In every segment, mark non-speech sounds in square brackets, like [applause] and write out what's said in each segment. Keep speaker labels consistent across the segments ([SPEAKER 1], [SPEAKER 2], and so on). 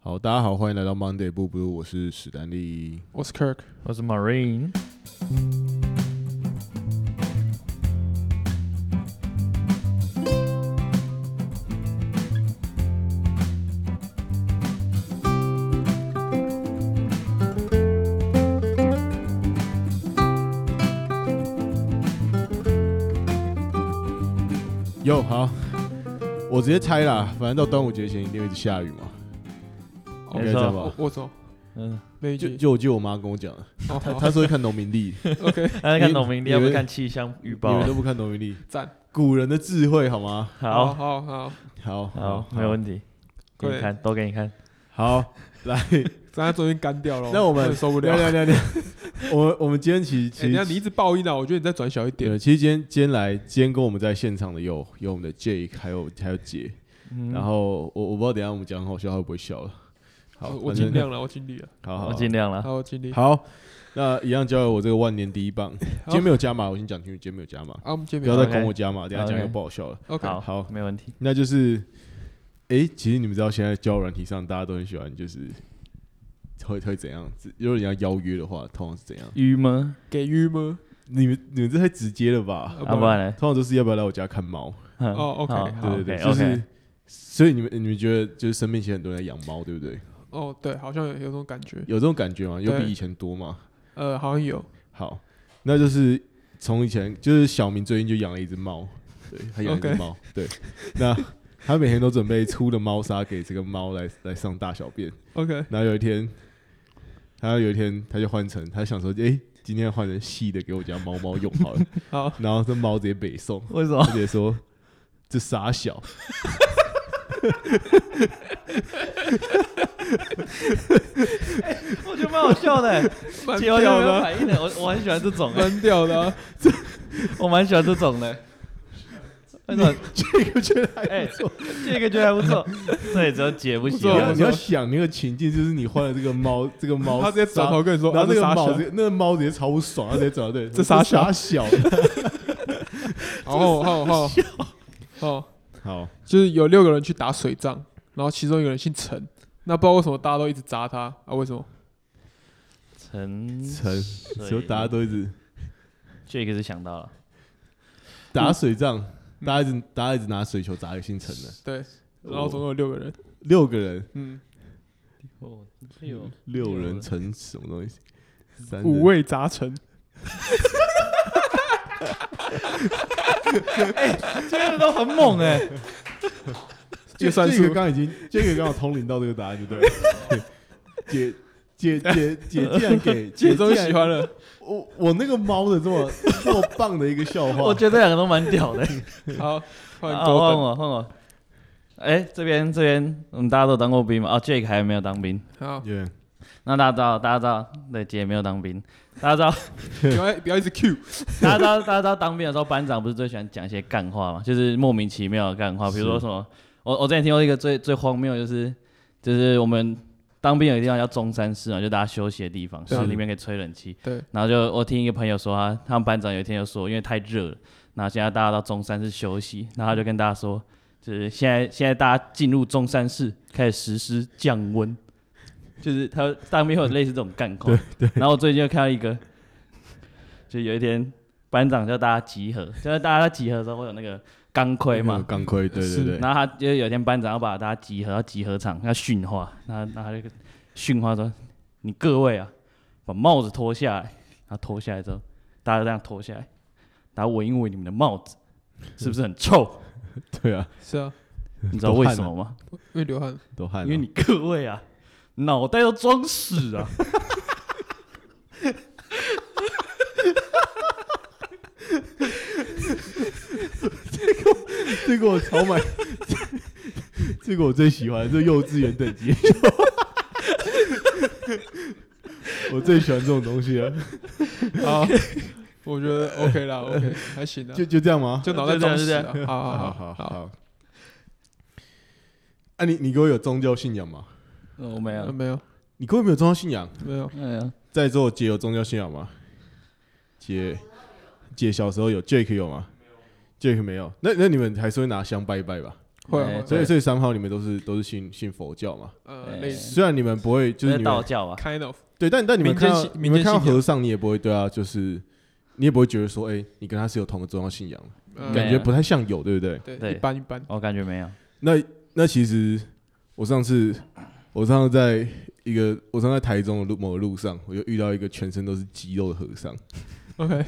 [SPEAKER 1] 好，大家好，欢迎来到 Monday 不不，我是史丹利。
[SPEAKER 2] 我是 Kirk，
[SPEAKER 3] 我是 Marine。
[SPEAKER 1] 哟，好，我直接猜啦，反正到端午节前一定会一直下雨嘛。
[SPEAKER 2] 哦
[SPEAKER 3] 没
[SPEAKER 1] 这
[SPEAKER 3] 错
[SPEAKER 1] 样
[SPEAKER 2] 我
[SPEAKER 1] 吧？
[SPEAKER 2] 我走，
[SPEAKER 3] 嗯，
[SPEAKER 2] 没
[SPEAKER 1] 就
[SPEAKER 2] 句
[SPEAKER 1] 就我记得我妈跟我讲，
[SPEAKER 2] 哦
[SPEAKER 1] 她
[SPEAKER 2] 好
[SPEAKER 1] 她说会看农民
[SPEAKER 2] [laughs]
[SPEAKER 1] 历，
[SPEAKER 2] ，OK，
[SPEAKER 3] 大家看农民
[SPEAKER 1] 你
[SPEAKER 3] 历，要不
[SPEAKER 1] 你
[SPEAKER 3] 要看气象预
[SPEAKER 1] 你
[SPEAKER 3] 报
[SPEAKER 1] 们？都不看农民历，
[SPEAKER 2] 赞，
[SPEAKER 1] 古人的智慧 [laughs] 好吗？
[SPEAKER 2] 好
[SPEAKER 3] [laughs] 好
[SPEAKER 2] 好好，
[SPEAKER 1] 哦好
[SPEAKER 3] 好，没有问题，给你
[SPEAKER 2] 对，
[SPEAKER 3] 看，都给你看。
[SPEAKER 1] 好，来，
[SPEAKER 2] 咱终于干掉了，
[SPEAKER 1] 那我们
[SPEAKER 2] 真的哦受不了
[SPEAKER 1] 聊。聊
[SPEAKER 2] [laughs]
[SPEAKER 1] 聊聊，我们我们今天其实
[SPEAKER 2] 哎，
[SPEAKER 1] 其
[SPEAKER 2] 等一
[SPEAKER 1] 实
[SPEAKER 2] 下你一直爆音啊，我觉得你再转小一点。
[SPEAKER 1] 对，其实今天今天来，今天跟我们在现场的有有我们的 Jake，还有还有姐，
[SPEAKER 3] 嗯
[SPEAKER 1] 然后我我不知道等一下我们讲好笑会不会笑了。好，
[SPEAKER 2] 我我
[SPEAKER 1] 反正
[SPEAKER 2] 尽量了，我尽力了，
[SPEAKER 1] 好好
[SPEAKER 3] 我
[SPEAKER 1] 好
[SPEAKER 3] 尽量了。
[SPEAKER 2] 好，我尽力。
[SPEAKER 1] 好，那一样交给我这个万年第一 [laughs] 棒。今天没有加码，我先讲清楚，今天没有加码，
[SPEAKER 2] 啊，我们见
[SPEAKER 1] 不
[SPEAKER 2] 面
[SPEAKER 1] 要再
[SPEAKER 3] OK
[SPEAKER 1] 跟我加码，等一下讲又
[SPEAKER 3] OK
[SPEAKER 1] 不好笑了。
[SPEAKER 2] ，OK，
[SPEAKER 3] 好，
[SPEAKER 1] 好
[SPEAKER 3] 没问题。
[SPEAKER 1] 那就是，诶，其实你们知道现在交友软体上大家都很喜欢，就是会会怎样？如果你要邀约的话，通常是怎样？
[SPEAKER 3] 鱼吗？
[SPEAKER 2] 给鱼吗？
[SPEAKER 1] 你们你们这太直接了吧？
[SPEAKER 2] 啊
[SPEAKER 3] 啊，不然呢？
[SPEAKER 1] 呃通常都是要不要来我家看猫？
[SPEAKER 3] 嗯
[SPEAKER 2] 哦，OK，
[SPEAKER 3] 好
[SPEAKER 2] 好
[SPEAKER 1] 对对对，
[SPEAKER 3] OK，
[SPEAKER 1] 就是
[SPEAKER 3] OK
[SPEAKER 1] 所以你们你们觉得就是身边其实很多人在养猫，对不对？
[SPEAKER 2] 哦，对，好像有有这种感觉，
[SPEAKER 1] 有这种感觉吗？有比
[SPEAKER 2] 对
[SPEAKER 1] 以前多吗？
[SPEAKER 2] 呃，好像有，
[SPEAKER 1] 好，那就是从以前就是小明最近就养了一只猫，对，他养了一只
[SPEAKER 2] OK
[SPEAKER 1] 猫对，那他每天都准备粗的猫砂给这个猫来来上大小便，
[SPEAKER 2] OK，
[SPEAKER 1] 然后有一天，他有一天他就换成他想说，诶，今天换成细的给我家猫猫用好了，
[SPEAKER 2] [laughs] 好，
[SPEAKER 1] 然后这猫直接北送，
[SPEAKER 3] 为什
[SPEAKER 1] [laughs]
[SPEAKER 3] 么？
[SPEAKER 1] 他直接说这傻小，
[SPEAKER 3] 我觉得蛮好笑的，
[SPEAKER 2] 蛮
[SPEAKER 3] 结果有
[SPEAKER 2] 屌
[SPEAKER 3] 没有
[SPEAKER 2] 的，
[SPEAKER 3] 反应的？我我很喜欢这种，
[SPEAKER 1] [laughs]
[SPEAKER 2] 蛮屌的啊，
[SPEAKER 3] 我蛮喜欢这种的。为什么？
[SPEAKER 1] 这个觉得还
[SPEAKER 3] 哎
[SPEAKER 1] 不错。
[SPEAKER 3] 这个觉得还不错，这里只有姐不
[SPEAKER 1] 你
[SPEAKER 3] 行
[SPEAKER 2] 不
[SPEAKER 1] 要
[SPEAKER 3] 啊
[SPEAKER 2] 错。
[SPEAKER 1] 你要想那个情境，就是你换了这个猫，这个猫
[SPEAKER 2] 他直接转
[SPEAKER 1] 砂
[SPEAKER 2] 头跟你说，
[SPEAKER 1] 然后那
[SPEAKER 2] 啊
[SPEAKER 1] 个
[SPEAKER 2] 傻
[SPEAKER 1] 猫
[SPEAKER 2] 小
[SPEAKER 1] 直接，那个猫直接超不爽，它直接转到对，
[SPEAKER 2] 这傻小
[SPEAKER 1] 傻小。
[SPEAKER 2] 哦哦
[SPEAKER 1] [laughs]
[SPEAKER 2] 哦哦， [laughs]
[SPEAKER 1] 好，
[SPEAKER 2] 就是有六个人去打水仗，然后其中一个人姓陈，那不知道为什么大家都一直砸他啊？为什么？
[SPEAKER 3] 陈
[SPEAKER 1] 陈，
[SPEAKER 3] 水
[SPEAKER 1] 所以大家都一直
[SPEAKER 3] 这个是想到了，
[SPEAKER 1] 打水仗，大家一直大家一直拿水球砸给姓陈的，
[SPEAKER 2] 对，然后总共有六个人，
[SPEAKER 1] 六个人，
[SPEAKER 2] 嗯，
[SPEAKER 3] 哦，六
[SPEAKER 1] 六人乘什么东西？三人
[SPEAKER 2] 五味杂陈，
[SPEAKER 3] 这个都很猛哎。
[SPEAKER 2] 这个算
[SPEAKER 1] 这
[SPEAKER 2] 数
[SPEAKER 1] 个刚刚已经，这个刚好通灵到这个答案，就对了。姐姐姐姐竟然给
[SPEAKER 2] 姐
[SPEAKER 1] 终
[SPEAKER 2] 终于喜欢了。
[SPEAKER 1] 我我那个猫的这么这么棒的一个笑话，
[SPEAKER 3] 我觉得两个都蛮屌的。
[SPEAKER 2] 好，换
[SPEAKER 3] 啊
[SPEAKER 2] 高
[SPEAKER 3] 换
[SPEAKER 2] 等，
[SPEAKER 3] 我，换我。哎，这边这边，我们大家都当过兵嘛？哦，Jake 还没有当兵。
[SPEAKER 2] 好，
[SPEAKER 1] Yeah，
[SPEAKER 3] 那大家知道，大家知道，对，姐也没有当兵。大家知道，
[SPEAKER 2] 不要不要一直 Q，
[SPEAKER 3] 大家知道，大家知道当兵的时候，班长不是最喜欢讲一些干话嘛？就是莫名其妙的干话，比如说
[SPEAKER 1] 是
[SPEAKER 3] 什么，我我之前听过一个最最荒谬，就是就是我们当兵有一个地方叫中山室嘛，就大家休息的地方，
[SPEAKER 2] 对啊
[SPEAKER 3] 然后里面可以吹冷气。
[SPEAKER 2] 对，
[SPEAKER 3] 然后就我听一个朋友说他，他们班长有一天就说，因为太热了，然后现在大家到中山室休息，然后他就跟大家说，就是现在现在大家进入中山室开始实施降温，就是他当兵会有类似这种干话。对对。然后我最近就看到一个，就有一天班长叫大家集合，就是大家集合的时候会有那个钢盔嘛，
[SPEAKER 1] 钢盔，对对
[SPEAKER 2] 是
[SPEAKER 1] 对，
[SPEAKER 3] 然后他就有一天班长要把大家集合到集合场，要训话，然后然后他就训话说：“你各位啊，把帽子脱下来。”然后脱下来之后，大家就这样脱下来，大家闻一闻你们的帽子，是不是很臭？
[SPEAKER 1] 对啊，
[SPEAKER 2] 是啊，
[SPEAKER 3] 你知道为什么吗？
[SPEAKER 2] 因为流汗，
[SPEAKER 1] 都汗了，
[SPEAKER 3] 因为你各位啊，脑袋都装屎 [laughs] 啊！
[SPEAKER 1] [laughs] 这个我超买，这个我最喜欢，这幼稚园等级的 [laughs] 笑话。我最喜欢这种东西了，啊
[SPEAKER 2] 好，我觉得 OK 啦，OK 还行啊，
[SPEAKER 1] 就就这样吗？
[SPEAKER 2] 就脑袋装
[SPEAKER 3] 就
[SPEAKER 2] 屎
[SPEAKER 3] 这样
[SPEAKER 2] 啊，好好好
[SPEAKER 1] 好
[SPEAKER 2] 好，
[SPEAKER 1] 好。啊，你你各位有宗教信仰吗？
[SPEAKER 3] 呃我没
[SPEAKER 2] 呃
[SPEAKER 3] [laughs] 有，
[SPEAKER 2] 没有
[SPEAKER 1] 你各位没有宗教信仰，
[SPEAKER 2] 没有，
[SPEAKER 3] 没有，
[SPEAKER 1] 在座姐有宗教信仰吗？姐姐小时候有，Jake 有吗？Jake 没有，那那你们还是会拿香拜一拜吧？
[SPEAKER 2] 会啊
[SPEAKER 3] 哎
[SPEAKER 2] 会啊，
[SPEAKER 1] 所以
[SPEAKER 3] 对
[SPEAKER 1] 所以三号你们都是都是信信佛教嘛？
[SPEAKER 2] 呃
[SPEAKER 3] 哎
[SPEAKER 2] 类似
[SPEAKER 1] 虽然你们不会就是
[SPEAKER 3] 是
[SPEAKER 1] 你
[SPEAKER 3] 道
[SPEAKER 1] 们
[SPEAKER 3] 教吧？
[SPEAKER 2] kind of
[SPEAKER 1] 对，但但你们
[SPEAKER 2] 民间
[SPEAKER 1] 看到
[SPEAKER 2] 信
[SPEAKER 1] 你
[SPEAKER 2] 民
[SPEAKER 1] 们
[SPEAKER 2] 间
[SPEAKER 1] 看到
[SPEAKER 2] 信仰
[SPEAKER 1] 和尚，你也不会对啊，就是你也不会觉得说，哎，你跟他是有同个宗教信仰，
[SPEAKER 2] 呃
[SPEAKER 1] 感觉不太像有，对不对？
[SPEAKER 2] 对
[SPEAKER 3] 对
[SPEAKER 2] 一般一般，
[SPEAKER 3] 我哦感觉没有。
[SPEAKER 1] 那那其实我上次我上次在一个我上次在台中的路某个路上，我就遇到一个全身都是肌肉的和尚，
[SPEAKER 2] OK，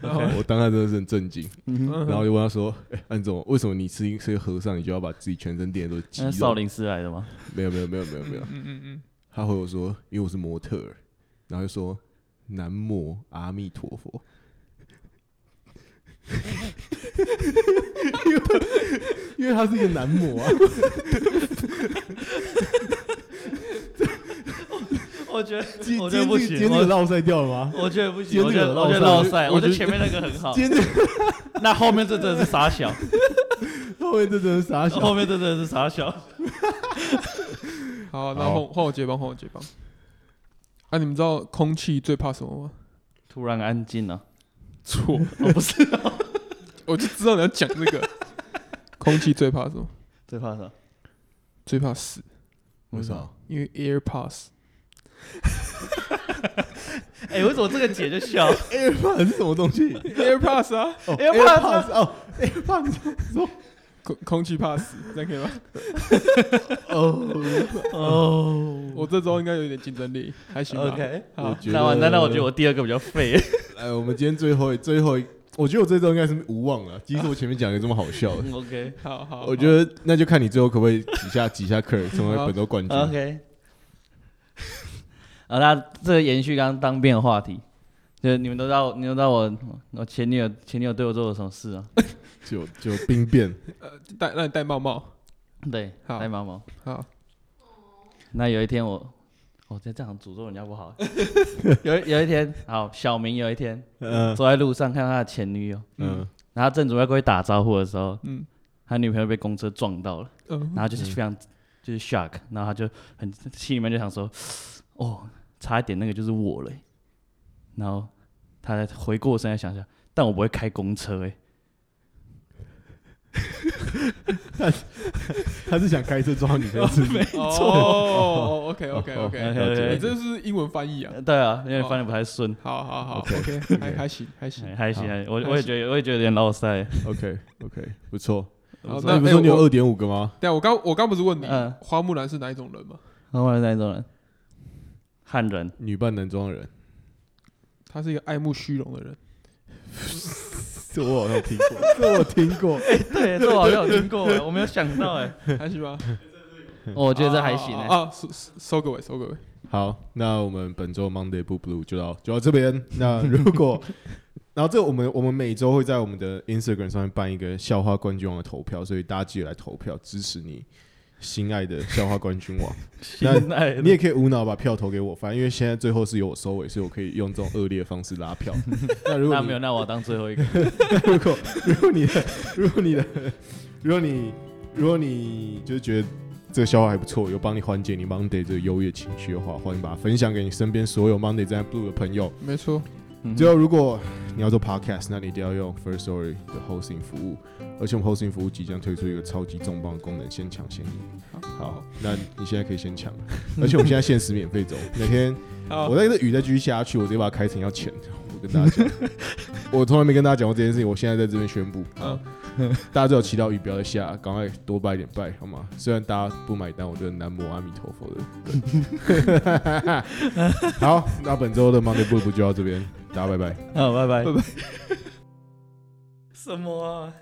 [SPEAKER 2] 然后
[SPEAKER 1] 我当下真的是很震惊，
[SPEAKER 2] 嗯
[SPEAKER 1] 然后就问他说：“哎、安总，为什么你吃一是一个和尚，你就要把自己全身练得都是肌
[SPEAKER 3] 那是少
[SPEAKER 1] 肉
[SPEAKER 3] 林寺来的吗？？”
[SPEAKER 1] 没有没有没有没有没有
[SPEAKER 2] 嗯，嗯嗯
[SPEAKER 1] 他回我说：“因为我是模特儿。”然后就说：“南无阿弥陀佛。” [laughs] 因为他因为他是一个男模啊，
[SPEAKER 3] [laughs] 我觉得
[SPEAKER 1] 今
[SPEAKER 3] [laughs] 我
[SPEAKER 1] 今
[SPEAKER 3] 觉得
[SPEAKER 1] 天
[SPEAKER 3] 不
[SPEAKER 1] 这个今
[SPEAKER 3] 行，
[SPEAKER 1] 天这个
[SPEAKER 3] 我
[SPEAKER 1] 落塞掉了吗？
[SPEAKER 3] 我觉得不
[SPEAKER 1] 今
[SPEAKER 3] 行，
[SPEAKER 1] 天
[SPEAKER 3] 我
[SPEAKER 1] 这
[SPEAKER 3] 觉
[SPEAKER 1] 个
[SPEAKER 3] 得我觉得
[SPEAKER 1] 老
[SPEAKER 3] 老
[SPEAKER 1] 师
[SPEAKER 3] 赛，
[SPEAKER 1] 我
[SPEAKER 3] 我
[SPEAKER 1] 觉得
[SPEAKER 3] 觉得前面那个很好，
[SPEAKER 1] 今天
[SPEAKER 3] [laughs] 那后面这真的是傻 [laughs] 小，
[SPEAKER 1] 这后面这真的是傻笑。
[SPEAKER 3] 后面这真的是傻小。
[SPEAKER 2] 嗯，好，那
[SPEAKER 1] 好
[SPEAKER 2] 换换我接棒，换我接棒。啊，你们知道空气最怕什么吗？
[SPEAKER 3] [laughs] 突然安静 [laughs] 了，
[SPEAKER 2] 错，
[SPEAKER 3] 哦不是，
[SPEAKER 2] [laughs] 我就知道你要讲这个。空气最怕什么？
[SPEAKER 3] 最怕什么？
[SPEAKER 2] 最怕死，
[SPEAKER 1] 为啥？
[SPEAKER 3] 哦
[SPEAKER 1] [laughs]
[SPEAKER 2] 因为 air pass。
[SPEAKER 3] 哎，为什么这个姐就 [laughs] 笑？哎
[SPEAKER 1] AirPods 哎是什么东
[SPEAKER 3] [laughs]
[SPEAKER 1] 西
[SPEAKER 2] air pass 啊，
[SPEAKER 1] 哦
[SPEAKER 3] AirPods
[SPEAKER 1] 哦，AirPods
[SPEAKER 2] [laughs] 空空气怕死，这样可以吗？
[SPEAKER 1] 哦，
[SPEAKER 3] 哦
[SPEAKER 2] 我这周应该有点竞争力，还行吧。
[SPEAKER 3] ，OK。
[SPEAKER 1] 我
[SPEAKER 2] 好，
[SPEAKER 1] 觉
[SPEAKER 3] 那我那那哦我觉得
[SPEAKER 1] 得
[SPEAKER 3] 我第二个比较废，
[SPEAKER 1] 哎，我们今天最后一最后一，我觉得我这周应该是无望了。即使我前面讲的这么好笑的，
[SPEAKER 3] [laughs] [laughs] 嗯 OK
[SPEAKER 2] 好好，
[SPEAKER 1] 我觉得那就看你最后可不可以挤下挤下克尔，成为
[SPEAKER 2] 好
[SPEAKER 1] 本周
[SPEAKER 3] 嗯
[SPEAKER 1] 冠军。
[SPEAKER 3] OK。啊， [laughs] 那这个延续刚刚当兵的话题，就是你们都知道，你们都知道我我前女友前女友对我做了什么事啊？
[SPEAKER 1] 就就兵变，
[SPEAKER 2] 呃戴那你戴帽帽，
[SPEAKER 3] 对，
[SPEAKER 2] 好
[SPEAKER 3] 带毛毛。
[SPEAKER 2] 好，
[SPEAKER 3] 那有一天我，我在这样诅咒人家
[SPEAKER 2] [laughs]
[SPEAKER 3] 不好。有一有一天，好，小明有一天
[SPEAKER 1] [laughs] 嗯
[SPEAKER 3] 走在路上看到他的前女友，
[SPEAKER 1] 嗯，
[SPEAKER 3] 然后正准备过去打招呼的时候，
[SPEAKER 2] 嗯
[SPEAKER 3] 他女朋友被公车撞到了，
[SPEAKER 2] 嗯，
[SPEAKER 3] 然后就是非常、就是 shock，然后他就很心里面就想说，哦，差一点那个就是我了欸、然后他再回过身来想想，但我不会开公车哎、
[SPEAKER 1] 他是想开车撞到女朋友是不是？
[SPEAKER 2] 哦哦，OK OK
[SPEAKER 1] 哦
[SPEAKER 2] OK，
[SPEAKER 1] 了解
[SPEAKER 2] 你这是英文翻译啊？
[SPEAKER 3] 对啊，因为翻译不太顺，
[SPEAKER 2] 好好好
[SPEAKER 1] OK，
[SPEAKER 2] ，OK，
[SPEAKER 1] OK
[SPEAKER 2] 还还行还行。
[SPEAKER 3] 哎还行，
[SPEAKER 1] 好
[SPEAKER 3] 还我我也觉得我也觉得有点落 [laughs] 塞。
[SPEAKER 1] OK OK，不错。
[SPEAKER 2] 好，
[SPEAKER 1] 那你不
[SPEAKER 2] 哎
[SPEAKER 1] 是说你有
[SPEAKER 2] 我
[SPEAKER 1] 二点五个吗？
[SPEAKER 2] 对啊，我刚我刚不是问你
[SPEAKER 3] 嗯
[SPEAKER 2] 花木兰是哪一种人吗？
[SPEAKER 3] 然后我是哪一种人？汉人。
[SPEAKER 1] 女扮男装的人，
[SPEAKER 2] 他是一个爱慕虚荣的人。
[SPEAKER 1] [laughs] 这我好像听过， [laughs] 这我听 [laughs] 过。
[SPEAKER 3] [laughs] 对，这我好像有听过，我没有想到 [laughs] 哎。
[SPEAKER 2] 还行吧，
[SPEAKER 3] 我觉得这还行
[SPEAKER 2] 啊
[SPEAKER 3] 哎。
[SPEAKER 2] 啊，啊收收收个尾，收个尾。
[SPEAKER 1] 好，那我们本周 Monday Blue Blue 就到就到这边。 [laughs] 那如果，然后这我们我们每周会在我们的 Instagram 上面办一个校花冠军王的投票，所以大家记得来投票支持你心爱的校花冠军王。那
[SPEAKER 3] 亲爱 [laughs] 的
[SPEAKER 1] 你也可以无脑把票投给我，反正因为现在最后是由我收尾，所以我可以用这种恶劣的方式拉
[SPEAKER 3] [laughs]
[SPEAKER 1] 票。那如果
[SPEAKER 3] 那
[SPEAKER 1] 你 [laughs]
[SPEAKER 3] 没有，那我要当最后一 [laughs] 个。
[SPEAKER 1] 如果如果你的如果你的如果你如果你就是觉得这个笑话还不错，有帮你缓解你 Monday 这个优越情绪的话，欢迎把它分享给你身边所有 Monday 在 Blue 的朋友。
[SPEAKER 2] 没错，
[SPEAKER 3] 嗯
[SPEAKER 1] 最后，如果你要做 Podcast，那你一定要用 First Story 的 hosting 服务，而且我们 hosting 服务即将推出一个超级重磅的功能，先抢先赢。好，，那你现在可以先抢，而且我们现在限时免费走，哪天
[SPEAKER 2] 好，
[SPEAKER 1] 我在这雨再继续下去，我直接把它开成要钱。我跟大家讲，我从来没跟大家讲过这件事情，我现在在这边宣布，
[SPEAKER 2] 嗯
[SPEAKER 1] 大家最好祈祷雨不要再下，赶快多拜一点拜，好吗？虽然大家不买单，我觉得南无阿弥陀佛的。 [laughs] 好，那本周的 Monday Blue 就到这边，大家拜拜。
[SPEAKER 3] 好，拜拜
[SPEAKER 2] 拜。
[SPEAKER 3] [laughs] 什么啊？